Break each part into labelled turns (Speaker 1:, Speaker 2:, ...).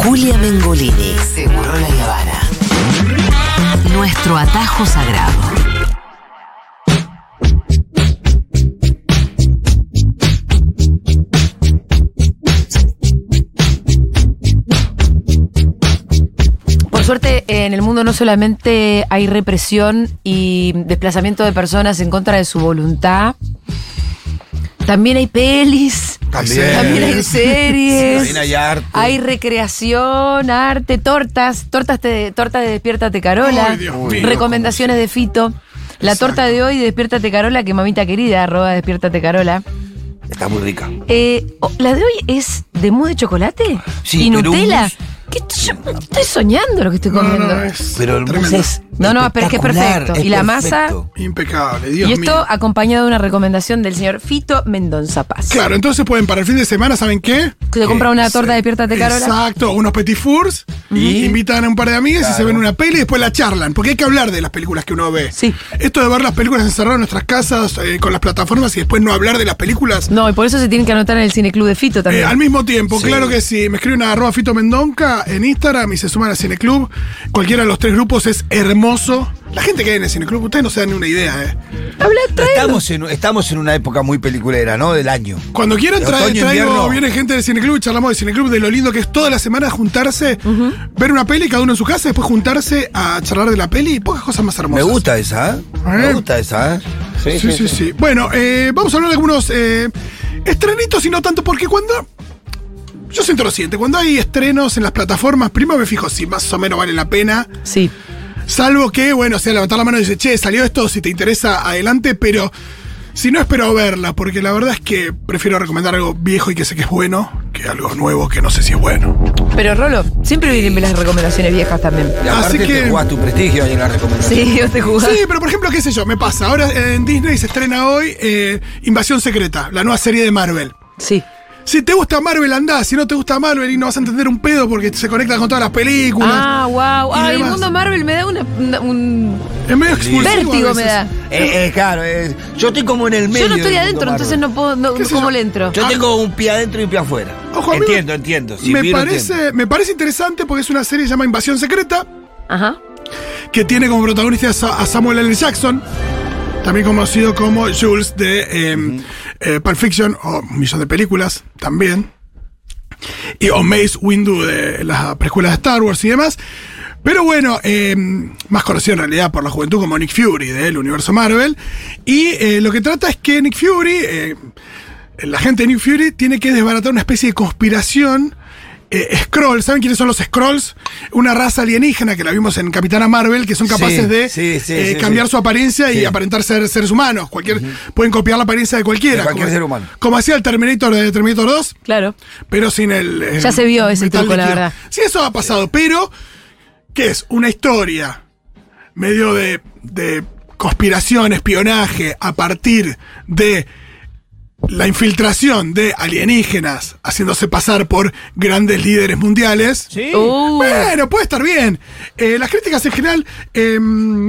Speaker 1: Julia Mengolini. Seguro la Habana. Nuestro atajo sagrado.
Speaker 2: Por suerte, en el mundo no solamente hay represión y desplazamiento de personas en contra de su voluntad, también hay pelis,
Speaker 3: También.
Speaker 2: también hay series,
Speaker 3: También hay arte.
Speaker 2: hay recreación, arte, tortas, tortas te- torta de Despiértate Carola,
Speaker 3: Ay, Dios mío,
Speaker 2: recomendaciones de Fito. La torta de hoy de Despiértate Carola, que mamita querida, arroba Despiértate Carola.
Speaker 3: Está muy rica.
Speaker 2: Eh, oh, ¿La de hoy es de mousse de chocolate?
Speaker 3: Sí,
Speaker 2: ¿Y
Speaker 3: pero un
Speaker 2: Nutella?
Speaker 3: mousse-
Speaker 2: ¿Qué estoy, yo estoy soñando lo que estoy comiendo?
Speaker 4: No, no, es
Speaker 3: Pero el
Speaker 4: tremendo.
Speaker 3: mousse
Speaker 2: es- no, no, pero es que es
Speaker 3: espectacular,
Speaker 2: perfecto.
Speaker 3: es
Speaker 2: Y la masa-
Speaker 3: perfecto.
Speaker 4: Impecable, Dios
Speaker 2: y esto
Speaker 4: mío.
Speaker 2: acompañado de una recomendación del señor Fito Mendonza Paz.
Speaker 4: Claro, entonces pueden para el fin de semana, ¿saben qué?
Speaker 2: Que te compra una torta de Pierta de Carola.
Speaker 4: Exacto, unos petit fours,
Speaker 3: Y-
Speaker 4: invitan a un par de amigas y se
Speaker 3: Claro.
Speaker 4: ven una peli y después la charlan, porque hay que hablar de las películas que uno ve.
Speaker 2: Sí.
Speaker 4: Esto de ver las películas encerradas en nuestras casas, eh, con las plataformas y después no hablar de las películas
Speaker 2: No, y por eso se tienen que anotar en el cineclub de Fito
Speaker 4: eh,
Speaker 2: también.
Speaker 4: al mismo tiempo,
Speaker 3: Sí.
Speaker 4: claro que sí. Me escriben a arroba Fito Mendonca en Instagram y se suman al Cineclub. Cualquiera de los tres grupos es hermoso. La gente que hay en el Cineclub, ustedes no se dan ni una idea, ¿eh?
Speaker 2: Habla, trae-
Speaker 3: Estamos en, estamos en una época muy peliculera, ¿no? Del año.
Speaker 4: Cuando quieran
Speaker 3: Otoño,
Speaker 4: trae, traigo,
Speaker 3: invierno.
Speaker 4: viene gente del cineclub y charlamos del cineclub, de lo lindo que es toda la semana juntarse, ver una peli, cada uno en su casa, después juntarse a charlar de la peli y pocas cosas más
Speaker 3: Me
Speaker 4: hermosas.
Speaker 3: gusta esa, ¿eh? Me
Speaker 4: Eh.
Speaker 3: gusta esa, ¿eh?
Speaker 4: Sí, sí, sí. Bueno, eh, vamos a hablar de algunos eh, estrenitos y no tanto, porque cuando... Yo siento lo siguiente, cuando hay estrenos en las plataformas, primero me fijo si más o menos vale la pena,
Speaker 2: Sí.
Speaker 4: salvo que, bueno, sea levantar la mano y decir, che, salió esto, si te interesa, adelante, pero si no espero verla, porque la verdad es que prefiero recomendar algo viejo y que sé que es bueno, que algo nuevo que no sé si es bueno.
Speaker 2: Pero Rolo, siempre vienen las recomendaciones viejas también.
Speaker 3: Y
Speaker 4: Así
Speaker 3: aparte
Speaker 4: que-
Speaker 3: te jugás tu prestigio ahí en la recomendación.
Speaker 2: Sí, yo te jugás.
Speaker 4: Sí, pero por ejemplo, qué sé yo, me pasa. Ahora en Disney se estrena hoy eh, Invasión Secreta, la nueva serie de Marvel.
Speaker 2: Sí.
Speaker 4: Si te gusta Marvel, andá. Si no te gusta Marvel y no vas a entender un pedo porque se conecta con todas las películas.
Speaker 2: Ah, wow.
Speaker 4: y
Speaker 2: Ay, el
Speaker 4: demás.
Speaker 2: mundo Marvel me da una- una- un
Speaker 4: es medio expulsivo. a
Speaker 2: vértigo, me
Speaker 4: veces.
Speaker 2: da.
Speaker 3: Eh, eh, claro, eh, yo estoy como en el medio.
Speaker 2: Yo no estoy
Speaker 3: del
Speaker 2: adentro,
Speaker 3: mundo
Speaker 2: entonces no Ah.
Speaker 3: Marvel.
Speaker 2: puedo. no-
Speaker 4: ¿Qué sé
Speaker 2: ¿Cómo
Speaker 4: yo?
Speaker 2: le entro?
Speaker 3: Yo tengo un pie adentro y un pie afuera.
Speaker 4: Ojo, a mí me-
Speaker 3: entiendo, entiendo. Si
Speaker 4: me
Speaker 3: miro,
Speaker 4: parece,
Speaker 3: entiendo.
Speaker 4: me parece interesante porque es una serie que se llama Invasión Secreta.
Speaker 2: Ajá.
Speaker 4: que tiene como protagonista a Sa- a Samuel L. Jackson, también conocido como Jules de eh, eh, Pulp Fiction o un millón de películas también, y o Mace Windu de las preescuelas de Star Wars y demás. Pero bueno, eh, más conocido en realidad por la juventud como Nick Fury del universo Marvel. Y eh, lo que trata es que Nick Fury, eh, la gente de Nick Fury, tiene que desbaratar una especie de conspiración eh, Scrolls, ¿saben quiénes son los Scrolls? Una raza alienígena que la vimos en Capitana Marvel, que son
Speaker 3: Sí,
Speaker 4: capaces de
Speaker 3: sí, sí,
Speaker 4: eh,
Speaker 3: sí,
Speaker 4: cambiar
Speaker 3: sí.
Speaker 4: su apariencia y
Speaker 3: Sí.
Speaker 4: aparentar ser seres humanos. Cualquier, Pueden copiar la apariencia de cualquiera.
Speaker 3: De cualquier
Speaker 4: como-
Speaker 3: ser humano.
Speaker 4: Como hacía el Terminator de Terminator 2,
Speaker 2: Claro.
Speaker 4: pero sin el. eh,
Speaker 2: Ya se vio ese
Speaker 4: metal
Speaker 2: truco, la
Speaker 4: líquido.
Speaker 2: verdad.
Speaker 4: Sí, eso ha pasado, pero. ¿Qué es? Una historia medio de, de conspiración, espionaje, a partir de la infiltración de alienígenas haciéndose pasar por grandes líderes mundiales.
Speaker 3: Sí.
Speaker 2: Uh,
Speaker 4: Bueno, puede estar bien. Eh, las críticas en general eh,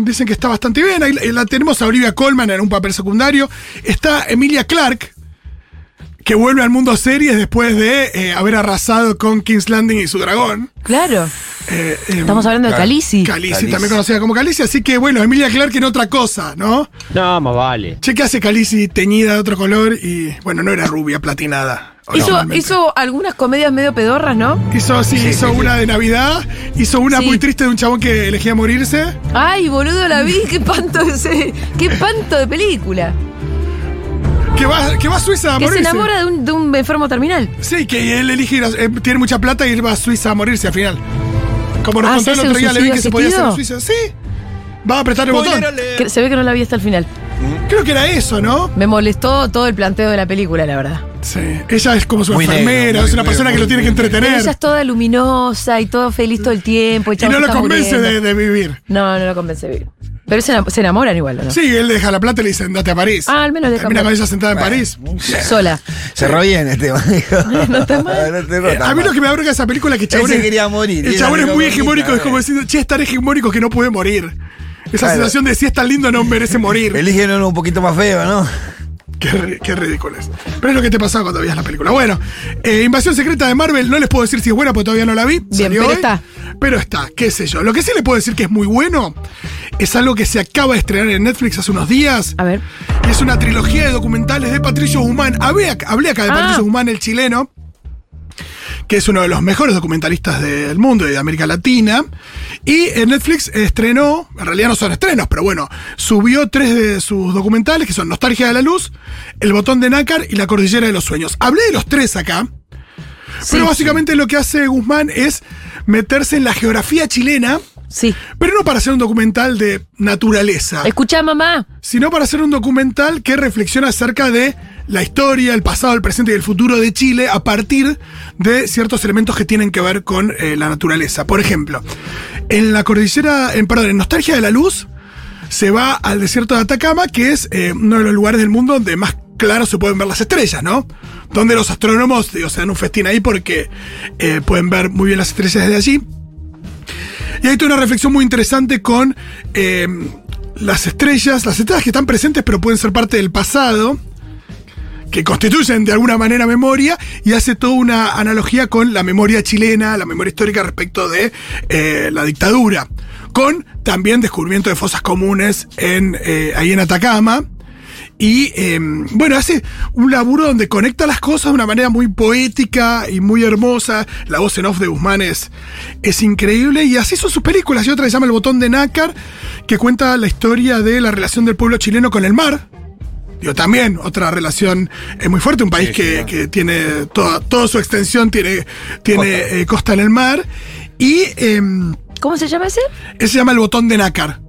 Speaker 4: dicen que está bastante bien. Ahí la- la tenemos a Olivia Colman en un papel secundario. Está Emilia Clark, que vuelve al mundo series después de eh, haber arrasado con King's Landing y su dragón.
Speaker 2: claro.
Speaker 4: Eh, eh,
Speaker 2: Estamos hablando de
Speaker 3: Claro.
Speaker 2: Calici.
Speaker 4: Khaleesi,
Speaker 3: Khaleesi.
Speaker 4: también conocida como Khaleesi. Así que bueno, Emilia Clark en otra cosa, ¿no?
Speaker 5: No, más vale.
Speaker 4: Che, que hace Khaleesi teñida de otro color y bueno, no era rubia, platinada.
Speaker 2: Hizo,
Speaker 4: originalmente.
Speaker 2: hizo algunas comedias medio pedorras, ¿no?
Speaker 4: Hizo, sí, hizo una de Navidad, hizo una
Speaker 2: Sí.
Speaker 4: muy triste de un chabón que elegía morirse.
Speaker 2: Ay, boludo, la vi. Qué panto ese. Qué panto de película.
Speaker 4: Que va, que va a Suiza a
Speaker 2: Que se
Speaker 4: Ah, morirse.
Speaker 2: enamora de un, de un enfermo terminal.
Speaker 4: Sí, que él elige ir a- eh, tiene mucha plata y él va a Suiza a morirse al final. Como nos
Speaker 2: Ah,
Speaker 4: contó
Speaker 2: ¿se
Speaker 4: el
Speaker 2: hace
Speaker 4: otro
Speaker 2: un
Speaker 4: día, le vi que se podía
Speaker 2: suicidio
Speaker 4: hacer en Suiza. Sí. Va a apretar el botón.
Speaker 2: Que se ve que no la vi hasta el final.
Speaker 4: Creo que era eso, ¿no?
Speaker 2: Me molestó todo el planteo de la película, la verdad.
Speaker 4: Sí. Ella es como su
Speaker 3: Muy negro,
Speaker 4: enfermera,
Speaker 3: muy
Speaker 4: es una persona
Speaker 3: negro,
Speaker 4: que lo tiene que
Speaker 3: muy negro.
Speaker 2: Pero ella
Speaker 4: entretener.
Speaker 2: es toda luminosa y todo feliz todo el tiempo. el
Speaker 4: Y
Speaker 2: chabón
Speaker 4: no
Speaker 2: se
Speaker 4: lo
Speaker 2: está
Speaker 4: convence
Speaker 2: muriendo.
Speaker 4: de, de vivir.
Speaker 2: No, no lo convence bien. Pero se, enam- se enamoran igual, ¿o ¿no?
Speaker 4: Sí, él le deja la plata y le dice, andate a París.
Speaker 2: Ah, al menos deja
Speaker 4: Termina
Speaker 2: plata.
Speaker 4: con ella sentada en
Speaker 3: Bueno.
Speaker 4: París.
Speaker 2: Sola.
Speaker 3: Cerró bien el tema. no está mal. no cerró tan
Speaker 4: Eh, A mí
Speaker 3: mal.
Speaker 4: lo que me abroga esa película es que el
Speaker 3: Él
Speaker 4: chabón
Speaker 3: se
Speaker 4: es-
Speaker 3: quería morir, y
Speaker 4: El
Speaker 3: era
Speaker 4: chabón es
Speaker 3: medio
Speaker 4: muy
Speaker 3: gordito,
Speaker 4: hegemónico, es
Speaker 3: eh.
Speaker 4: como diciendo, che, es tan hegemónico que no puede morir. Esa
Speaker 3: Claro.
Speaker 4: sensación de si es tan lindo no merece morir.
Speaker 3: Eligen uno un poquito más feo, ¿no?
Speaker 4: Qué, ri- qué ridículos. Pero es lo que te pasaba cuando veías la película. Bueno, eh, Invasión Secreta de Marvel, no les puedo decir si es buena porque todavía no la vi.
Speaker 2: Bien,
Speaker 4: salió
Speaker 2: pero
Speaker 4: hoy,
Speaker 2: está.
Speaker 4: Pero está, qué sé yo. Lo que sí les puedo decir que es muy bueno es algo que se acaba de estrenar en Netflix hace unos días.
Speaker 2: A ver.
Speaker 4: Y es una trilogía de documentales de Patricio Guzmán. Hablé, ac- hablé acá de
Speaker 2: Ah.
Speaker 4: Patricio Guzmán, el chileno, que es uno de los mejores documentalistas del mundo y de América Latina. Y en Netflix estrenó, en realidad no son estrenos, pero bueno, subió tres de sus documentales, que son Nostalgia de la Luz, El Botón de Nácar y La Cordillera de los Sueños. Hablé de los tres acá. Pero básicamente lo que hace Guzmán es meterse en la geografía chilena,
Speaker 2: Sí.
Speaker 4: pero no para hacer un documental de naturaleza
Speaker 2: Escuchá, mamá.
Speaker 4: sino para hacer un documental que reflexiona acerca de la historia, el pasado, el presente y el futuro de Chile a partir de ciertos elementos que tienen que ver con eh, la naturaleza. Por ejemplo, en la cordillera, en, perdón, en Nostalgia de la Luz, se va al desierto de Atacama, que es eh, uno de los lugares del mundo donde más claro se pueden ver las estrellas, ¿no? Donde los astrónomos, digo, se dan un festín ahí porque eh, pueden ver muy bien las estrellas desde allí. Y hay toda una reflexión muy interesante con eh, las estrellas, las estrellas que están presentes pero pueden ser parte del pasado, que constituyen de alguna manera memoria, y hace toda una analogía con la memoria chilena, la memoria histórica respecto de eh, la dictadura, con también descubrimiento de fosas comunes en, eh, ahí en Atacama. Y eh, bueno, hace un laburo donde conecta las cosas de una manera muy poética y muy hermosa. La voz en off de Guzmán es, es increíble. Y así son sus películas. Y otra que se llama El Botón de Nácar, que cuenta la historia de la relación del pueblo chileno con el mar. Digo, también otra relación eh, muy fuerte, un país
Speaker 3: Sí, sí,
Speaker 4: que,
Speaker 3: claro.
Speaker 4: que tiene toda, toda su extensión, tiene, tiene eh,
Speaker 3: Costa.
Speaker 4: costa. en el mar. Y em,
Speaker 2: ¿Cómo se llama ese?
Speaker 4: ese se llama el botón de nácar.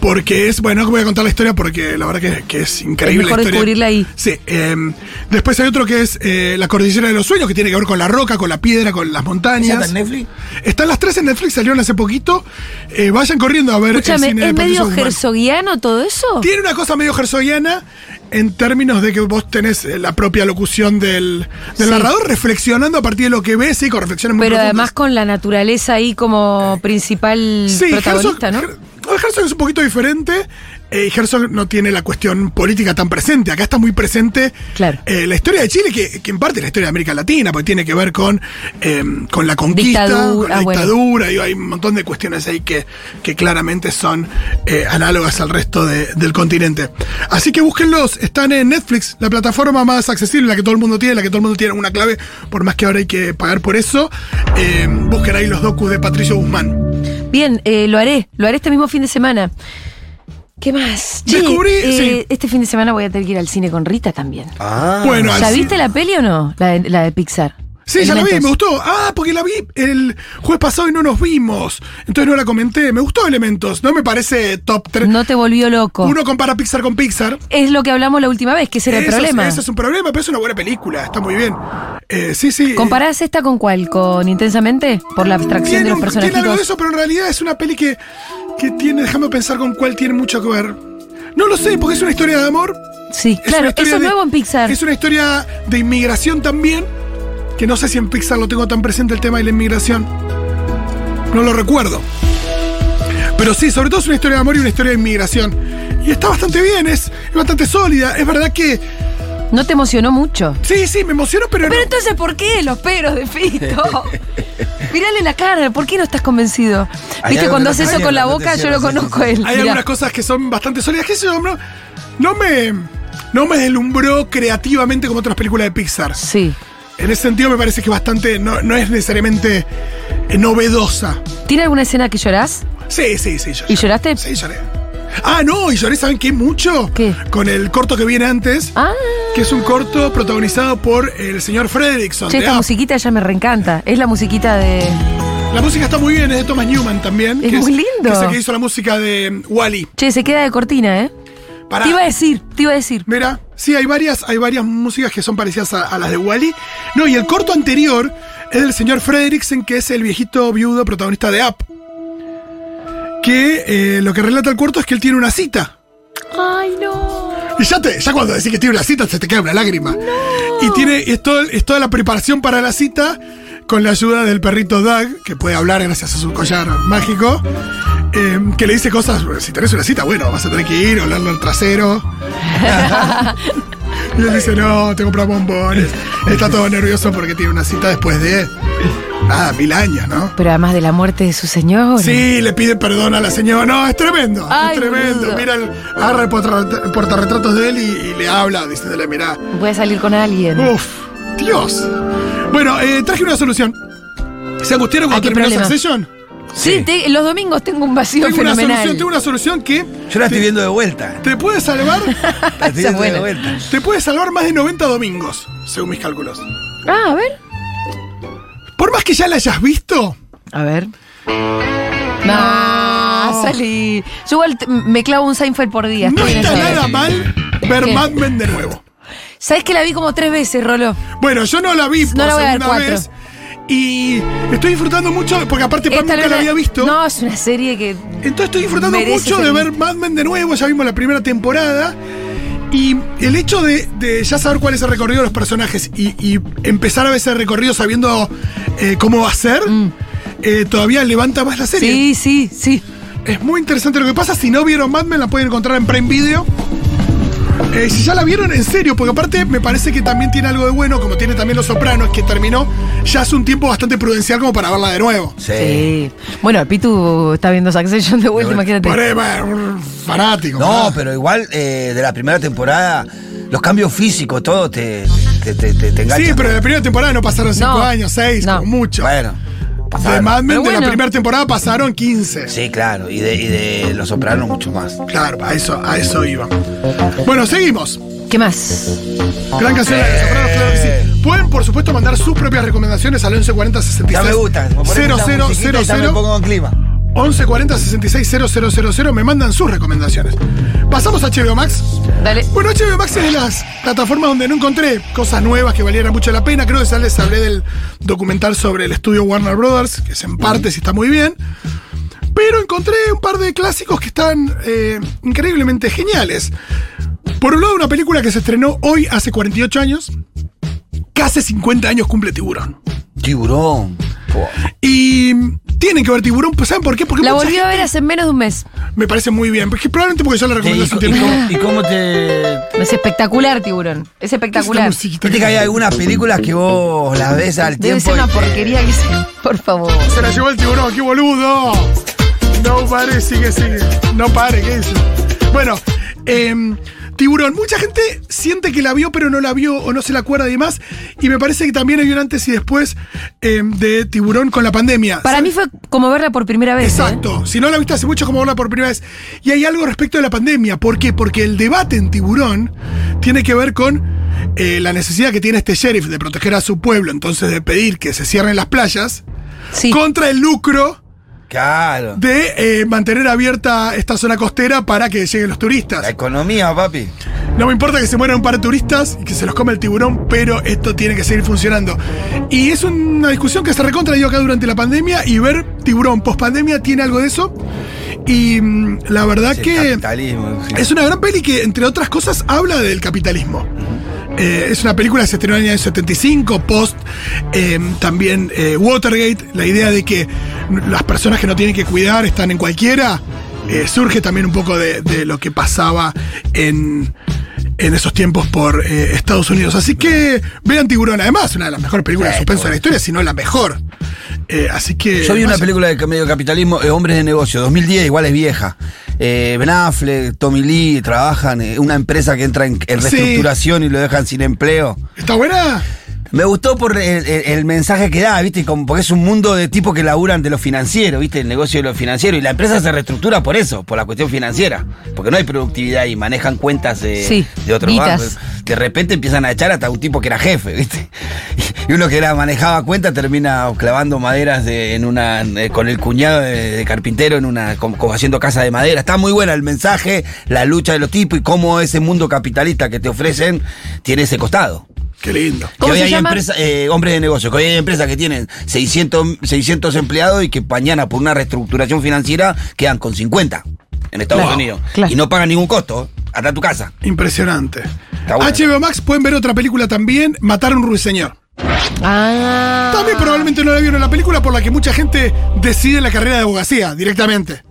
Speaker 4: Porque es, bueno, voy a contar la historia porque la verdad que, que es increíble.
Speaker 2: Es mejor
Speaker 4: la historia.
Speaker 2: descubrirla ahí.
Speaker 4: Sí. em, después hay otro que es eh, La Cordillera de los Sueños, que tiene que ver con la roca, con la piedra, con las
Speaker 3: ¿Esa
Speaker 4: montañas.
Speaker 3: está en Netflix?
Speaker 4: Están las tres en Netflix, salieron hace poquito. Eh, vayan corriendo a ver. el
Speaker 2: Escúchame,
Speaker 4: cine de
Speaker 2: ¿es
Speaker 4: Patricio
Speaker 2: medio
Speaker 4: Guzmán.
Speaker 2: herzoguiano todo eso?
Speaker 4: Tiene una cosa medio herzogiana en términos de que vos tenés eh, la propia locución del, del
Speaker 2: Sí.
Speaker 4: narrador reflexionando a partir de lo que ves, sí, con reflexiones muy
Speaker 2: Pero
Speaker 4: profundas.
Speaker 2: además con la naturaleza ahí como principal protagonista,
Speaker 4: Herzog,
Speaker 2: ¿no?
Speaker 4: Her- no, Herzog es un poquito diferente. eh, y Herzog no tiene la cuestión política tan presente. Acá está muy presente
Speaker 2: Claro.
Speaker 4: eh, la historia de Chile, que, que en parte es la historia de América Latina, porque tiene que ver con, eh, con la conquista,
Speaker 2: Dictadura,
Speaker 4: con la
Speaker 2: ah, bueno.
Speaker 4: dictadura. digo, hay un montón de cuestiones ahí que, que claramente son eh, análogas al resto de- del continente. Así que búsquenlos. Están en Netflix, la plataforma más accesible, la que todo el mundo tiene, la que todo el mundo tiene una clave, por más que ahora hay que pagar por eso. Eh, busquen ahí los docus de Patricio Guzmán.
Speaker 2: Bien, eh, lo haré, lo haré este mismo fin de semana. ¿Qué más? Che,
Speaker 4: Descubrí-
Speaker 2: eh,
Speaker 4: sí.
Speaker 2: Este fin de semana voy a tener que ir al cine con Rita también.
Speaker 3: Ah.
Speaker 4: Bueno,
Speaker 2: ¿Ya
Speaker 4: así-
Speaker 2: viste la peli o no? La de, la de Pixar.
Speaker 4: Sí, ya la vi,
Speaker 2: Elementos.
Speaker 4: me gustó. Ah, porque la vi el jueves pasado y no nos vimos. Entonces no la comenté. Me gustó Elementos. No me parece top 3.
Speaker 2: No te volvió loco.
Speaker 4: Uno compara Pixar con Pixar.
Speaker 2: Es lo que hablamos la última vez, que ese era el
Speaker 4: Eso es-
Speaker 2: problema.
Speaker 4: eso es un problema, pero es una buena película. Está muy bien. Eh, sí, sí.
Speaker 2: ¿Comparás esta con cuál? ¿Con Intensamente? Por la abstracción
Speaker 4: tiene,
Speaker 2: de los
Speaker 4: un- tiene algo de
Speaker 2: personajes.
Speaker 4: eso, pero en realidad es una peli que, que tiene. Déjame pensar con cuál tiene mucho que ver. No lo sé, porque es una historia de amor.
Speaker 2: Sí,
Speaker 4: Es una
Speaker 2: claro,
Speaker 4: historia
Speaker 2: eso es
Speaker 4: de-
Speaker 2: nuevo en Pixar.
Speaker 4: Es una historia de inmigración también, que no sé si en Pixar lo tengo tan presente el tema de la inmigración. No lo recuerdo. Pero sí, sobre todo es una historia de amor y una historia de inmigración. Y está bastante bien, es, es bastante sólida. Es verdad que.
Speaker 2: No te emocionó mucho.
Speaker 4: Sí, sí, me emocionó, pero.
Speaker 2: Pero
Speaker 4: no-
Speaker 2: entonces, ¿por qué los peros de Fito? Mirale la cara, ¿por qué no estás convencido?
Speaker 3: Hay
Speaker 2: Viste,
Speaker 3: algo
Speaker 2: cuando
Speaker 3: que no
Speaker 2: hace eso
Speaker 3: te
Speaker 2: con la
Speaker 3: cierra, no te
Speaker 2: boca, yo
Speaker 3: cierra,
Speaker 2: lo
Speaker 3: sí, sí,
Speaker 2: conozco a
Speaker 3: sí.
Speaker 2: él.
Speaker 4: Hay
Speaker 2: Mirá.
Speaker 4: algunas cosas que son bastante sólidas. Que eso no, no me. No me deslumbró creativamente como otras películas de Pixar.
Speaker 2: Sí.
Speaker 4: En ese sentido me parece que bastante. No, no es necesariamente eh, novedosa.
Speaker 2: ¿Tiene alguna escena que llorás?
Speaker 4: Sí, sí, sí. Yo
Speaker 2: ¿Y lloraste?
Speaker 4: Sí, lloré. Ah, no, y lloré, ¿saben qué? Mucho.
Speaker 2: ¿Qué?
Speaker 4: Con el corto que viene antes,
Speaker 2: Ah,
Speaker 4: que es un corto protagonizado por el señor Fredrickson.
Speaker 2: che,
Speaker 4: de
Speaker 2: esta
Speaker 4: Up.
Speaker 2: musiquita ya me reencanta. Es la musiquita de.
Speaker 4: La música está muy bien, es de Thomas Newman también.
Speaker 2: Es
Speaker 4: que
Speaker 2: muy lindo.
Speaker 4: Que es el que hizo la música de Wally.
Speaker 2: Che, se queda de cortina, ¿eh?
Speaker 4: Para.
Speaker 2: Te iba a decir, te iba a decir.
Speaker 4: Mira, sí, hay varias, hay varias músicas que son parecidas a, a las de Wally. No, y el corto anterior es del señor Fredricksen, que es el viejito viudo protagonista de Up. Que eh, lo que relata el corto es que él tiene una cita.
Speaker 2: Ay, no.
Speaker 4: Y ya, te, ya cuando decís que tiene una cita, se te cae una lágrima. Y tiene es, todo- es toda la preparación para la cita, con la ayuda del perrito Doug, que puede hablar gracias a su collar mágico, eh, que le dice cosas, si tenés una cita, bueno, vas a tener que ir, olerle el trasero. y él dice, no, te compras bombones. Está todo nervioso porque tiene una cita después de, nada, mil años, ¿no?
Speaker 2: Pero además de la muerte de su señor.
Speaker 4: Sí, le pide perdón a la señora. No, es tremendo.
Speaker 2: Ay,
Speaker 4: es tremendo.
Speaker 2: boludo.
Speaker 4: Mira el agarra el porta- portarretratos de él y, y le habla, diciéndole, mirá.
Speaker 2: Voy a salir con alguien.
Speaker 4: Uf, Dios. Bueno, eh, traje una solución. ¿Se angustiaron
Speaker 2: Ay,
Speaker 4: cuando
Speaker 2: qué
Speaker 4: terminó
Speaker 2: problema.
Speaker 4: Succession?
Speaker 2: sí, te- los domingos tengo un vacío
Speaker 4: Tengo una
Speaker 2: fenomenal.
Speaker 4: solución, tengo una solución que
Speaker 3: Yo la estoy viendo de vuelta.
Speaker 4: te puede salvar,
Speaker 2: Esa
Speaker 3: La estoy
Speaker 2: es
Speaker 3: viendo de
Speaker 2: buena.
Speaker 3: vuelta.
Speaker 4: te puede salvar más de 90 domingos, según mis cálculos.
Speaker 2: Ah, a ver.
Speaker 4: Por más que ya la hayas visto,
Speaker 2: A ver. No, salí. Yo igual te- me clavo un Seinfeld por día.
Speaker 4: no
Speaker 2: estoy en
Speaker 4: está
Speaker 2: esa
Speaker 4: nada
Speaker 2: hora.
Speaker 4: mal ver
Speaker 2: ¿Qué?
Speaker 4: Mad Men de nuevo.
Speaker 2: ¿Sabes que la vi como tres veces, Rolo?
Speaker 4: Bueno, yo no la vi por
Speaker 2: No la voy a ver
Speaker 4: segunda
Speaker 2: cuatro.
Speaker 4: vez. Y estoy disfrutando mucho, porque aparte Pam
Speaker 2: Esta
Speaker 4: nunca la
Speaker 2: era-
Speaker 4: había visto.
Speaker 2: No, es una serie que.
Speaker 4: Entonces estoy disfrutando
Speaker 2: Merece
Speaker 4: mucho
Speaker 2: ser
Speaker 4: de
Speaker 2: vista.
Speaker 4: ver Mad Men de nuevo, ya vimos la primera temporada. Y el hecho de, de ya saber cuál es el recorrido de los personajes y, y empezar a ver ese recorrido sabiendo eh, cómo va a ser, eh, todavía levanta más la serie.
Speaker 2: Mm. Sí, sí, sí.
Speaker 4: Es muy interesante lo que pasa. Si no vieron Mad Men, la pueden encontrar en Prime Video. Eh, si ya la vieron, en serio, porque aparte me parece que también tiene algo de bueno, como tiene también Los Sopranos, que terminó ya hace un tiempo bastante prudencial como para verla de nuevo.
Speaker 3: Sí.
Speaker 2: Sí. Bueno, el Pitu está viendo Succession de vuelta,
Speaker 3: De vuelta.
Speaker 2: imagínate.
Speaker 4: Paré, paré, un fanático.
Speaker 3: No,
Speaker 4: ¿verdad?
Speaker 3: pero igual eh, de la primera temporada, los cambios físicos, todo te, te, te, te- te enganchan.
Speaker 4: Sí, pero de la primera temporada no pasaron 5
Speaker 2: No.
Speaker 4: años, 6,
Speaker 2: No.
Speaker 4: como mucho.
Speaker 3: Bueno.
Speaker 4: de
Speaker 3: pasaron.
Speaker 4: Mad Men,
Speaker 2: Pero
Speaker 4: de la
Speaker 2: bueno.
Speaker 4: primera temporada pasaron 15.
Speaker 3: Sí, claro. Y de, y de Los Sopranos mucho más.
Speaker 4: Claro, a eso, a eso iba. Bueno, seguimos.
Speaker 2: ¿Qué más?
Speaker 4: Gran canción de Los Sopranos, claro que sí. Pueden, por supuesto, mandar sus propias recomendaciones al 1140 66
Speaker 3: Ya me gusta. me pones esta musiquita y ya me
Speaker 4: 0000
Speaker 3: pongo en clima.
Speaker 4: 1140 66 000 me mandan sus recomendaciones. Pasamos a HBO Max.
Speaker 2: Dale.
Speaker 4: Bueno, HBO Max es de las plataformas donde no encontré cosas nuevas que valieran mucho la pena. Creo que ya les hablé del documental sobre el estudio Warner Brothers, que es en parte sí está muy bien. Pero encontré un par de clásicos que están eh, increíblemente geniales. Por un lado, una película que se estrenó hoy hace 48 años. Casi 50 años cumple Tiburón.
Speaker 3: Tiburón. Fua.
Speaker 4: Y tienen que ver Tiburón, pues, ¿saben por qué? Porque
Speaker 2: La
Speaker 4: mucha
Speaker 2: volví a ver hace menos de un mes.
Speaker 4: gente- me parece muy bien. Porque probablemente porque yo la
Speaker 3: Sí,
Speaker 4: recomendé
Speaker 3: ¿Y,
Speaker 4: hace un
Speaker 3: co- y
Speaker 4: tiempo.
Speaker 3: cómo- y cómo te.?
Speaker 2: Es espectacular, tiburón. Es
Speaker 4: Esta
Speaker 2: espectacular.
Speaker 4: musiquita
Speaker 3: Viste que hay algunas películas que vos las ves al tiempo.
Speaker 2: Debe ser
Speaker 3: y
Speaker 2: una
Speaker 3: te-
Speaker 2: porquería que se. Por favor.
Speaker 4: Se la llevó el tiburón, qué boludo. No pare, sigue, sigue. No pare, ¿qué dice? Bueno, em, tiburón. Mucha gente siente que la vio, pero no la vio o no se la acuerda y demás. Y me parece que también hay un antes y después em, de tiburón con la pandemia.
Speaker 2: Para mí fue como verla por primera vez. ¿eh?
Speaker 4: Exacto. Si no la viste hace mucho, como verla por primera vez. Y hay algo respecto de la pandemia. ¿Por qué? Porque el debate en Tiburón tiene que ver con eh, la necesidad que tiene este sheriff de proteger a su pueblo, entonces de pedir que se cierren las playas,
Speaker 2: Sí.
Speaker 4: contra el lucro
Speaker 3: Claro.
Speaker 4: de eh, mantener abierta esta zona costera para que lleguen los
Speaker 3: La
Speaker 4: turistas.
Speaker 3: economía, papi.
Speaker 4: No me importa que se mueran un par de turistas y que se los come el tiburón, pero esto tiene que seguir funcionando. Y es una discusión que se recontra dio acá durante la pandemia y ver tiburón post pandemia tiene algo de eso. Y mm, la verdad
Speaker 3: Sí,
Speaker 4: que
Speaker 3: capitalismo. sí.
Speaker 4: es una gran peli que, entre otras cosas, habla del capitalismo. Eh, es una película que se estrenó en el año 75, post eh, también eh, Watergate. La idea de que las personas que no tienen que cuidar están en cualquiera eh, surge también un poco de, de lo que pasaba en, en esos tiempos por eh, Estados Unidos. Así que vean Tiburón, además, una de las mejores películas de
Speaker 3: Sí,
Speaker 4: suspenso de la historia, si no la mejor. Eh, así que.
Speaker 3: Yo vi una
Speaker 4: vayan.
Speaker 3: película de medio capitalismo, eh, Hombres de Negocio, 2010, igual es vieja. Eh, ben Affleck, Tommy Lee trabajan, eh, una empresa que entra en, en
Speaker 4: Sí.
Speaker 3: reestructuración y lo dejan sin empleo.
Speaker 4: ¿Está buena?
Speaker 3: Me gustó por el, el- el mensaje que da, ¿viste? Como porque es un mundo de tipos que laburan de lo financiero, ¿viste? El negocio de lo financiero. Y la empresa se reestructura por eso, por la cuestión financiera. Porque no hay productividad y manejan cuentas de,
Speaker 2: Sí,
Speaker 3: de otros
Speaker 2: vitas.
Speaker 3: bancos. De repente empiezan a echar hasta un tipo que era jefe, ¿viste? Y uno que era, manejaba cuentas termina clavando maderas de- en una, eh, con el cuñado de, de carpintero en una, como, como haciendo casa de madera. Está muy buena el mensaje, la lucha de los tipos y cómo ese mundo capitalista que te ofrecen tiene ese costado.
Speaker 4: Qué lindo.
Speaker 3: Que
Speaker 2: ¿Cómo
Speaker 3: hoy
Speaker 2: se
Speaker 3: hay
Speaker 2: llama?
Speaker 3: empresa- eh, hombres de negocio, que hoy hay empresas que tienen 600, 600 empleados y que mañana por una reestructuración financiera quedan con 50 en Estados
Speaker 4: Claro.
Speaker 3: Unidos.
Speaker 2: Claro.
Speaker 3: Y no pagan ningún costo, hasta tu casa.
Speaker 4: Impresionante.
Speaker 3: Está bueno.
Speaker 4: HBO Max pueden ver otra película también, Matar a un ruiseñor.
Speaker 2: Ah.
Speaker 4: También probablemente no la vieron la película por la que mucha gente decide la carrera de abogacía directamente.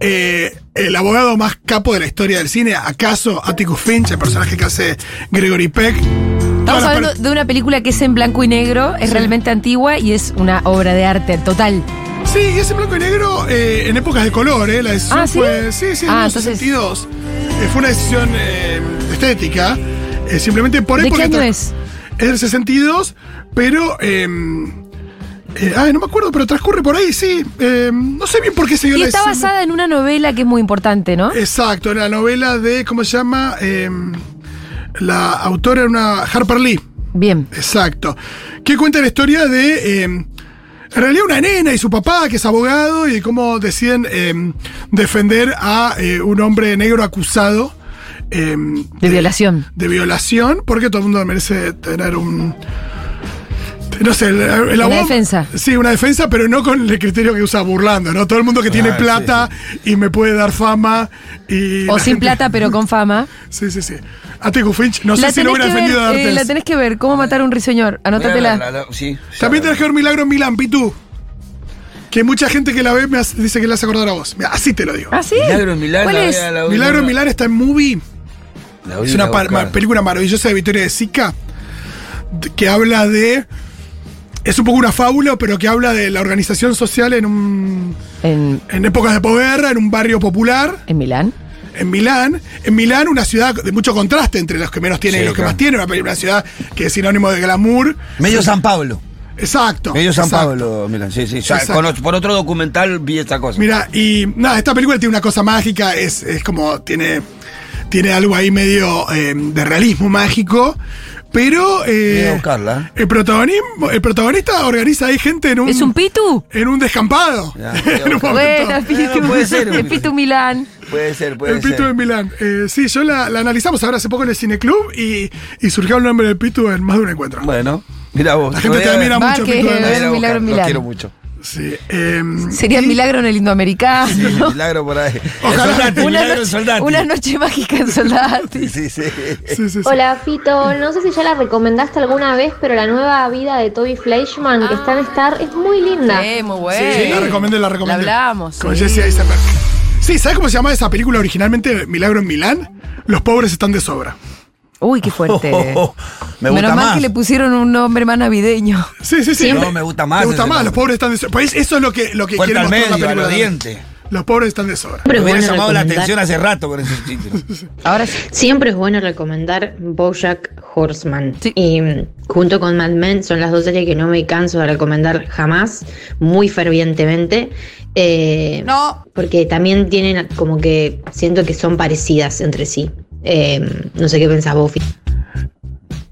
Speaker 4: Eh, el abogado más capo de la historia del cine, acaso Atticus Finch, el personaje que hace Gregory Peck.
Speaker 2: Estamos
Speaker 4: Todas las
Speaker 2: hablando de una película que es en blanco y negro, es realmente antigua y es una obra de arte total.
Speaker 4: Sí, y ese blanco y negro eh, en épocas de color, ¿eh? La decisión
Speaker 2: Ah, ¿sí?
Speaker 4: fue. Sí, sí, en
Speaker 2: Ah,
Speaker 4: 1962. Eh, fue una decisión eh, estética. eh, simplemente por
Speaker 2: ¿De qué
Speaker 4: época.
Speaker 2: año
Speaker 4: tra-
Speaker 2: es?
Speaker 4: Es del 62, pero. Eh, eh, ay, no me acuerdo, pero transcurre por ahí, sí. Eh, no sé bien por qué se dio
Speaker 2: Y
Speaker 4: la
Speaker 2: está
Speaker 4: decisión.
Speaker 2: basada en una novela que es muy importante, ¿no?
Speaker 4: Eh, Exacto, en la novela de. ¿Cómo se llama? Eh, la autora era una. Harper Lee.
Speaker 2: Bien.
Speaker 4: Exacto. Que cuenta la historia de. eh, en realidad, una nena y su papá, que es abogado, y de cómo deciden eh, defender a eh, un hombre negro acusado eh,
Speaker 2: De violación.
Speaker 4: de violación, porque todo el mundo merece tener un. No sé, el, el
Speaker 2: Una
Speaker 4: abogado-
Speaker 2: defensa.
Speaker 4: Sí, una defensa, pero no con el criterio que usa burlando, ¿no? Todo el mundo que tiene
Speaker 3: Ah, sí,
Speaker 4: plata y me puede dar fama y.
Speaker 2: O
Speaker 4: la
Speaker 2: sin
Speaker 4: gente-
Speaker 2: plata, pero con fama.
Speaker 4: Sí, sí, sí. Atticus Finch, no
Speaker 2: la
Speaker 4: sé si lo
Speaker 2: tenés que ver,
Speaker 4: hubiera defendido de
Speaker 2: eh,
Speaker 4: Artes.
Speaker 2: la tenés que ver, cómo matar a un riseñor.
Speaker 3: Mirá,
Speaker 2: Anótatela.
Speaker 3: la- la- la- sí, ya
Speaker 4: También
Speaker 3: la-
Speaker 4: tenés que ver Milagro en Milán, Pitu. Que mucha gente que la ve me hace- dice que le hace acordar a vos. Mirá, así te lo digo.
Speaker 2: ¿Ah, sí?
Speaker 3: Milagro en Milán.
Speaker 2: ¿Cuál
Speaker 3: la-
Speaker 2: es?
Speaker 3: la- la-
Speaker 4: Milagro en
Speaker 3: la-
Speaker 4: Milán está en movie.
Speaker 3: la voy a
Speaker 4: Es
Speaker 3: ir a
Speaker 4: una par-
Speaker 3: buscar.
Speaker 4: ma- película maravillosa de Victoria de Sica de- que habla de. Es un poco una fábula, pero que habla de la organización social en, un,
Speaker 2: En,
Speaker 4: en épocas de posguerra, en un barrio popular,
Speaker 2: en Milán.
Speaker 4: en Milán. En Milán, una ciudad de mucho contraste entre los que menos tienen
Speaker 3: Sí,
Speaker 4: y los que
Speaker 3: claro.
Speaker 4: más tienen. Una, pe- una ciudad que es sinónimo de glamour.
Speaker 3: Medio San Pablo.
Speaker 4: Exacto.
Speaker 3: Medio San
Speaker 4: exacto.
Speaker 3: Pablo, Milán. Sí, sí. ya
Speaker 4: Exacto.
Speaker 3: conozco- por otro documental vi esta cosa.
Speaker 4: Mira, y nada, esta película tiene una cosa mágica, es, es como tiene, tiene algo ahí medio eh, de realismo mágico, pero eh,
Speaker 3: Voy a buscarla.
Speaker 4: el, protagonismo, el protagonista organiza ahí gente en un,
Speaker 2: ¿Es un pitu?
Speaker 4: en un descampado.
Speaker 3: Ya, voy a
Speaker 4: En Mm. un
Speaker 3: buscarla.
Speaker 4: momento.
Speaker 2: Buena,
Speaker 3: Eh,
Speaker 2: pitu.
Speaker 3: no puede ser,
Speaker 2: el
Speaker 3: Milán.
Speaker 2: pitu Milán.
Speaker 3: Puede ser, puede
Speaker 4: El
Speaker 3: ser.
Speaker 4: Pitu de Milán. Eh, sí, yo la, la analizamos ahora hace poco en el Cineclub y, y surgió el nombre del Pitu en más de un encuentro.
Speaker 3: Bueno, mira vos.
Speaker 4: La gente
Speaker 3: Voy a-
Speaker 4: te mira
Speaker 3: voy
Speaker 4: mucho,
Speaker 2: Vázquez,
Speaker 4: Pitu de
Speaker 3: a
Speaker 2: eh,
Speaker 4: Milán.
Speaker 3: ir a
Speaker 2: Milagro en
Speaker 3: buscar, Lo
Speaker 2: Milán.
Speaker 3: quiero mucho.
Speaker 4: Sí, em,
Speaker 2: Sería
Speaker 4: y-
Speaker 2: milagro en el indoamericano.
Speaker 3: Sí, milagro por ahí.
Speaker 4: Ojalá.
Speaker 3: Soldati,
Speaker 2: Una,
Speaker 3: milagro en
Speaker 2: noche,
Speaker 3: Soldati.
Speaker 2: una noche mágica en Soldati.
Speaker 3: Sí, sí.
Speaker 4: Sí, sí, sí.
Speaker 5: Hola Fito, no sé si ya la recomendaste alguna vez, pero la nueva vida de Toby Fleischman que está en Star es muy linda.
Speaker 2: Sí, muy bueno.
Speaker 4: Sí, la recomendé, la recomendé.
Speaker 2: La hablamos.
Speaker 4: Con
Speaker 2: sí.
Speaker 4: Jesse Eisenberg. Sí, ¿sabes cómo se llama esa película originalmente? Milagro en Milán. Los pobres están de sobra.
Speaker 2: Uy, qué fuerte.
Speaker 3: Me gusta
Speaker 2: Menos mal
Speaker 3: más.
Speaker 2: que le pusieron un nombre más navideño.
Speaker 4: Sí, sí, sí.
Speaker 3: Sí. No, me gusta más
Speaker 4: Me gusta
Speaker 3: ese
Speaker 4: más.
Speaker 3: nombre.
Speaker 4: Los pobres están de sobra. Pues eso es lo que, lo que quiere
Speaker 3: Puerta al
Speaker 4: mostrar la
Speaker 3: medio, a
Speaker 4: película.
Speaker 3: los
Speaker 4: también.
Speaker 3: dientes.
Speaker 4: Los pobres están de sobra.
Speaker 6: Siempre es
Speaker 3: Me hubiera
Speaker 6: bueno
Speaker 3: llamado la
Speaker 6: recomendar-
Speaker 3: atención hace rato con esos títulos.
Speaker 2: Ahora sí.
Speaker 6: Siempre es bueno recomendar Bojack Horseman.
Speaker 2: Sí.
Speaker 6: Y, mm, junto con Mad Men son las dos series que no me canso de recomendar jamás, muy fervientemente. Eh,
Speaker 2: No.
Speaker 6: Porque también tienen como que siento que son parecidas entre sí. Eh, no sé qué pensás vos. Fi.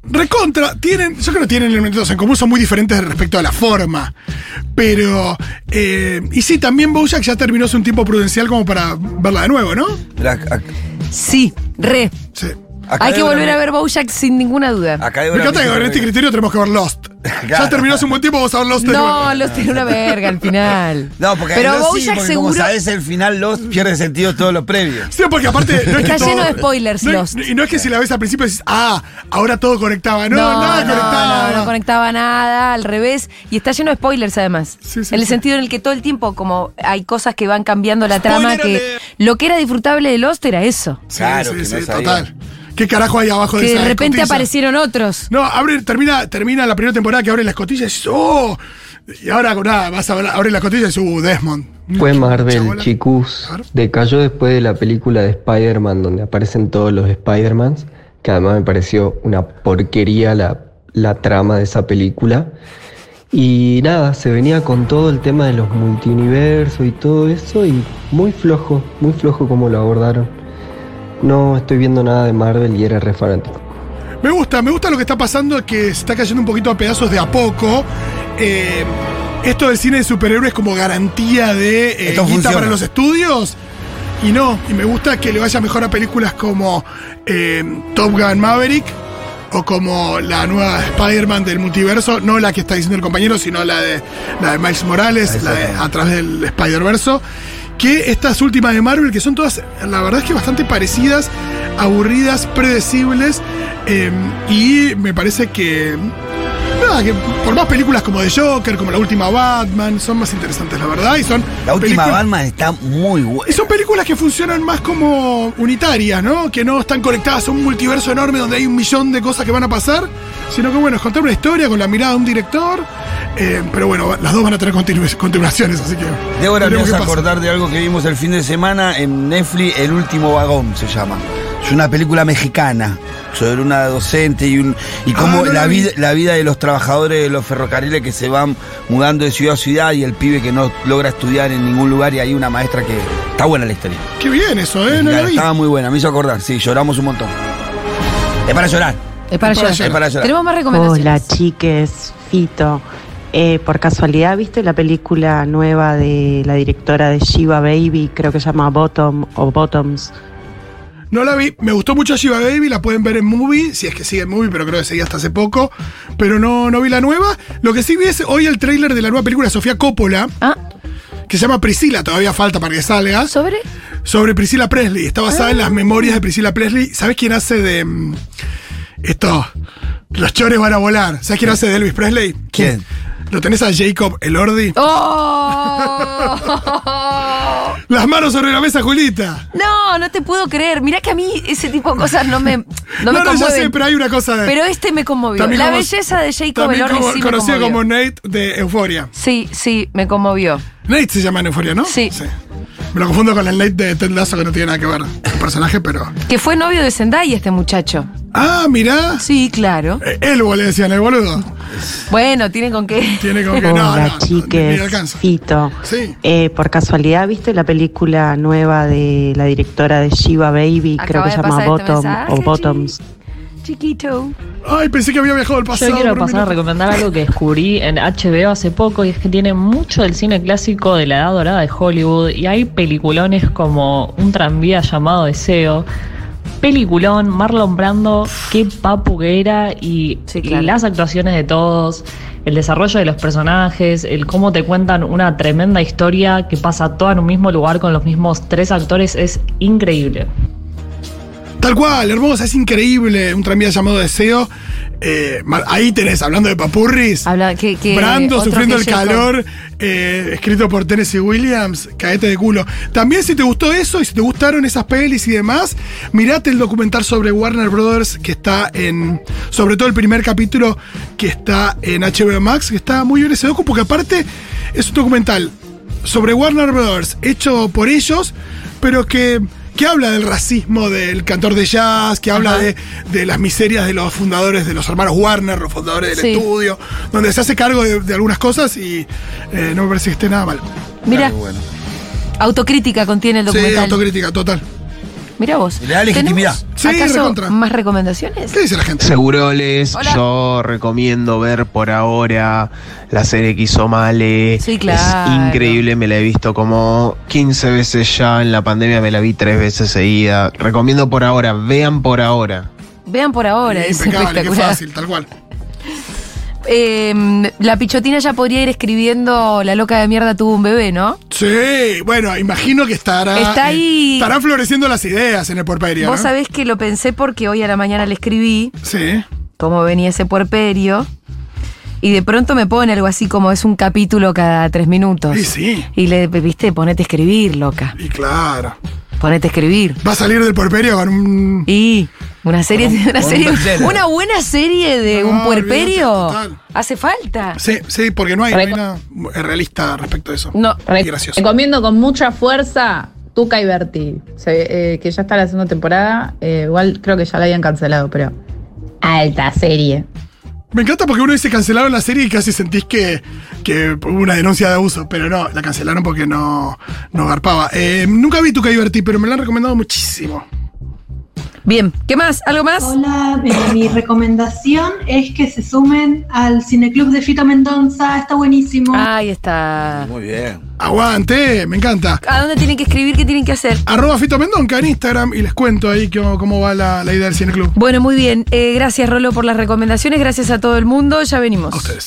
Speaker 4: Recontra, tienen, yo creo que tienen elementos en común, son muy diferentes respecto a la forma. Pero. eh, y sí, también Bojack ya terminó hace un tiempo prudencial como para verla de nuevo, ¿no?
Speaker 3: Mirá, ac-
Speaker 2: Sí, re.
Speaker 4: Sí.
Speaker 3: acá
Speaker 2: Hay
Speaker 3: de
Speaker 2: que
Speaker 3: una-
Speaker 2: volver a ver Bojack sin ninguna duda.
Speaker 3: Acá de
Speaker 4: Me
Speaker 3: una-
Speaker 4: encanta que con este criterio tenemos que ver Lost. Ya terminó hace un buen tiempo, vamos a ver Lost de nuevo.
Speaker 2: No, los tiene una verga al final.
Speaker 3: No, porque
Speaker 2: Pero
Speaker 3: no, sí,
Speaker 2: Bojack
Speaker 3: porque
Speaker 2: seguro.
Speaker 3: como sabes el final Lost pierde sentido todo lo previo.
Speaker 4: Sí, porque aparte no es que
Speaker 2: Está
Speaker 4: todo-
Speaker 2: lleno de spoilers,
Speaker 4: no es-
Speaker 2: Lost.
Speaker 4: Y no es que si la ves al principio dices, ah, ahora todo conectaba. No, nada conectaba.
Speaker 2: no, no conectaba nada, al revés. Y está lleno de spoilers además.
Speaker 4: Sí, sí,
Speaker 2: en el
Speaker 4: sí.
Speaker 2: sentido en el que todo el tiempo, como hay cosas que van cambiando la trama,
Speaker 4: Spoiler
Speaker 2: que
Speaker 4: alert.
Speaker 2: lo que era disfrutable de Lost era eso.
Speaker 4: Sí,
Speaker 3: Claro
Speaker 4: sí,
Speaker 3: que
Speaker 4: sí,
Speaker 3: no sabía.
Speaker 4: total. ¿Qué carajo hay abajo de
Speaker 2: Que
Speaker 4: esa
Speaker 2: de repente
Speaker 4: escotilla?
Speaker 2: aparecieron otros.
Speaker 4: No, abre, termina, termina la primera temporada que abre la escotilla y dices, oh. Y ahora nada, vas a ver- abrir la escotilla y dices, uh, Desmond.
Speaker 7: Fue Marvel,
Speaker 4: Chabola.
Speaker 7: chicos.
Speaker 4: A ver.
Speaker 7: Decayó después de la película de Spider-Man, donde aparecen todos los Spider-Mans, que además me pareció una porquería la, la trama de esa película. Y nada, se venía con todo el tema de los multiversos y todo eso, y muy flojo, muy flojo como lo abordaron. No estoy viendo nada de Marvel y era re fanático.
Speaker 4: Me gusta, me gusta lo que está pasando, que se está cayendo un poquito a pedazos de a poco. Eh, esto del cine de superhéroes como garantía de eh,
Speaker 3: Esto
Speaker 4: guita
Speaker 3: funciona.
Speaker 4: para los estudios. Y no, y me gusta que le vaya mejor a películas como eh, Top Gun Maverick o como la nueva Spider-Man del multiverso, no la que está diciendo el compañero, sino la de, la de Miles Morales, la de a través del Spider-Verso, que estas últimas de Marvel, que son todas, la verdad es que bastante parecidas, em, aburridas, predecibles, eh, y me parece que... nada, que por más películas como The Joker, como la última Batman, son más interesantes, la verdad. Y son
Speaker 3: La última
Speaker 4: películas-
Speaker 3: Batman está muy
Speaker 4: Y
Speaker 3: buena.
Speaker 4: son películas que funcionan más como unitarias, ¿no? Que no están conectadas a un multiverso enorme donde hay un millón de cosas que van a pasar, sino que, bueno, es contar una historia con la mirada de un director. eh, pero bueno, las dos van a tener continu- continuaciones, así que.
Speaker 3: Débora, me
Speaker 4: veremos
Speaker 3: vas
Speaker 4: qué
Speaker 3: a
Speaker 4: pasa.
Speaker 3: acordar de algo que vimos el fin de semana en Netflix, El último vagón se llama. Es una película mexicana sobre una docente y un y cómo
Speaker 4: Ah, no
Speaker 3: la,
Speaker 4: la vi.
Speaker 3: vida, la vida de los trabajadores de los ferrocarriles que se van mudando de ciudad a ciudad y el pibe que no logra estudiar en ningún lugar y hay una maestra que está buena la historia.
Speaker 4: Qué bien eso, ¿eh? No
Speaker 3: La-
Speaker 4: la vi.
Speaker 3: estaba muy buena, me hizo acordar, sí, lloramos un montón. Es para llorar.
Speaker 2: Es para,
Speaker 4: Es para
Speaker 2: llorar.
Speaker 4: llorar.
Speaker 3: Es para llorar.
Speaker 2: Tenemos más recomendaciones.
Speaker 8: Hola chiques, Fito. Eh, por casualidad, ¿viste la película nueva de la directora de Shiva Baby? Creo que se llama Bottom o Bottoms.
Speaker 4: No la vi. Me gustó mucho Shiva Baby, la pueden ver en movie, si es que sigue en movie, pero creo que seguía hasta hace poco. Pero no, no vi la nueva. Lo que sí vi es hoy el tráiler de la nueva película de Sofía Coppola,
Speaker 2: Ah,
Speaker 4: que se llama Priscila, todavía falta para que salga.
Speaker 2: sobre.
Speaker 4: sobre Priscila Presley. Está basada
Speaker 2: Ah.
Speaker 4: en las memorias de Priscila Presley. ¿Sabes quién hace de. mm, esto? Los chores van a volar. ¿Sabes quién hace de Elvis Presley?
Speaker 3: ¿Quién?
Speaker 4: ¿Lo tenés a Jacob Elordi?
Speaker 2: ¡Oh!
Speaker 4: Las manos sobre la mesa, Julita.
Speaker 2: No, no te puedo creer. Mirá que a mí ese tipo de cosas no me, no
Speaker 4: No,
Speaker 2: me
Speaker 4: no, ya
Speaker 2: conmueven.
Speaker 4: sé, pero hay una cosa de.
Speaker 2: Pero este me conmovió.
Speaker 4: también
Speaker 2: la
Speaker 4: como-
Speaker 2: belleza de Jacob
Speaker 4: también
Speaker 2: Elordi
Speaker 4: como-
Speaker 2: sí me
Speaker 4: conocido
Speaker 2: conmovió.
Speaker 4: como Nate de Euforia.
Speaker 2: Sí, sí, me conmovió.
Speaker 4: Nate se llama en Euforia, ¿no?
Speaker 2: Sí.
Speaker 4: Me lo confundo con el Nate de Ted Lasso, que no tiene nada que ver el personaje, pero.
Speaker 2: Que fue novio de Zendaya este muchacho.
Speaker 4: Ah, mirá.
Speaker 2: Sí, claro.
Speaker 4: Eh, Elbo le decían, el boludo.
Speaker 2: Bueno, tiene con qué.
Speaker 4: Tiene como que.
Speaker 8: Hola
Speaker 4: No, no, no, ni
Speaker 8: chiques,
Speaker 4: le alcanza.
Speaker 8: Fito.
Speaker 4: Sí.
Speaker 8: Eh, por casualidad, ¿viste la película nueva de la directora de Shiva Baby? Creo
Speaker 2: Acaba
Speaker 8: que
Speaker 2: de
Speaker 8: se llama
Speaker 2: pasar este
Speaker 8: Bottom
Speaker 2: mensaje,
Speaker 8: o
Speaker 2: chi-
Speaker 8: Bottoms.
Speaker 2: Chiquito.
Speaker 4: Ay, pensé que había viajado al pasado.
Speaker 9: Yo quiero
Speaker 4: por un
Speaker 9: pasar a
Speaker 4: minuto.
Speaker 9: recomendar algo que descubrí en HBO hace poco y es que tiene mucho del cine clásico de la edad dorada de Hollywood y hay peliculones como Un tranvía llamado Deseo, peliculón, Marlon Brando, qué papu que era y,
Speaker 2: Sí, claro.
Speaker 9: y las actuaciones de todos, el desarrollo de los personajes, el cómo te cuentan una tremenda historia que pasa toda en un mismo lugar con los mismos tres actores es increíble.
Speaker 4: Tal cual, hermosa, es increíble. Un tranvía llamado Deseo. Eh, mar- ahí tenés, hablando de papurris.
Speaker 2: Habla, que, que
Speaker 4: Brando
Speaker 2: otro
Speaker 4: sufriendo
Speaker 2: que
Speaker 4: el
Speaker 2: Jacob.
Speaker 4: calor, eh, escrito por Tennessee Williams, caete de culo. También si te gustó eso y si te gustaron esas pelis y demás, mirate el documental sobre Warner Brothers que está en, sobre todo el primer capítulo que está en HBO Max, que está muy bien ese docu, porque aparte es un documental sobre Warner Brothers, hecho por ellos, pero que, que habla del racismo del cantor de jazz, que habla de, de las miserias de los fundadores de los hermanos Warner, los fundadores del
Speaker 2: Sí.
Speaker 4: estudio, donde se hace cargo de, de algunas cosas y eh, no me parece que esté nada mal.
Speaker 2: Mira,
Speaker 3: Claro, bueno.
Speaker 2: autocrítica contiene el
Speaker 4: Sí,
Speaker 2: documental.
Speaker 4: autocrítica, total.
Speaker 2: Mira vos.
Speaker 3: Le da legitimidad.
Speaker 2: ¿Tenemos
Speaker 4: Sí,
Speaker 2: ¿Acaso
Speaker 4: recontra.
Speaker 2: más recomendaciones?
Speaker 4: ¿Qué dice la gente?
Speaker 10: Seguroles,
Speaker 2: Hola.
Speaker 10: yo Oh, recomiendo ver por ahora la serie que hizo Male.
Speaker 2: Sí, claro.
Speaker 10: Es increíble, me la he visto como 15 veces ya. En la pandemia me la vi tres veces seguida. Recomiendo por ahora, vean por ahora.
Speaker 2: Vean por ahora, es
Speaker 4: Impecable, qué
Speaker 2: espectacular.
Speaker 4: fácil, tal cual.
Speaker 2: Eh, la pichotina ya podría ir escribiendo La loca de mierda tuvo un bebé, ¿no?
Speaker 4: Sí, bueno, imagino que estará. eh,
Speaker 2: Está ahí.
Speaker 4: estarán floreciendo las ideas en el puerperio.
Speaker 2: Vos
Speaker 4: ¿no?
Speaker 2: sabés que lo pensé porque hoy a la mañana le escribí
Speaker 4: Sí.
Speaker 2: cómo venía ese puerperio. Y de pronto me ponen algo así como es un capítulo cada tres minutos.
Speaker 4: Y sí.
Speaker 2: Y le viste, ponete a escribir, loca.
Speaker 4: Y claro.
Speaker 2: Ponete a escribir.
Speaker 4: Va a salir del puerperio con un.
Speaker 2: Y una serie, una,
Speaker 3: un
Speaker 2: serie
Speaker 3: bestseller.
Speaker 2: una buena serie de
Speaker 4: No,
Speaker 2: un puerperio.
Speaker 4: olvídate, total.
Speaker 2: Hace falta.
Speaker 4: Sí, sí, porque no hay, no hay
Speaker 11: Reco-
Speaker 4: nada realista respecto a eso.
Speaker 2: No,
Speaker 4: Y gracioso.
Speaker 11: Recomiendo con mucha fuerza Tuca y Berti, se- eh, que ya está la segunda temporada. Eh, igual creo que ya la habían cancelado, pero alta serie.
Speaker 4: Me encanta porque uno dice cancelaron la serie y casi sentís que, que hubo una denuncia de abuso, pero no, la cancelaron porque no, no garpaba. Eh, nunca vi Tuca Divertí, pero me la han recomendado muchísimo.
Speaker 2: Bien, ¿qué más? ¿Algo más?
Speaker 12: Hola, mi, mi recomendación es que se sumen al Cineclub de Fito Mendoza, está buenísimo.
Speaker 2: Ahí está.
Speaker 3: Muy bien.
Speaker 4: Aguante, me encanta.
Speaker 2: ¿A dónde tienen que escribir? ¿Qué tienen que hacer?
Speaker 4: Arroba Fito Mendonca en Instagram y les cuento ahí cómo, cómo va la, la idea del Cineclub.
Speaker 2: Bueno, muy bien. Eh, gracias, Rolo, por las recomendaciones. Gracias a todo el mundo. Ya venimos.
Speaker 4: A ustedes.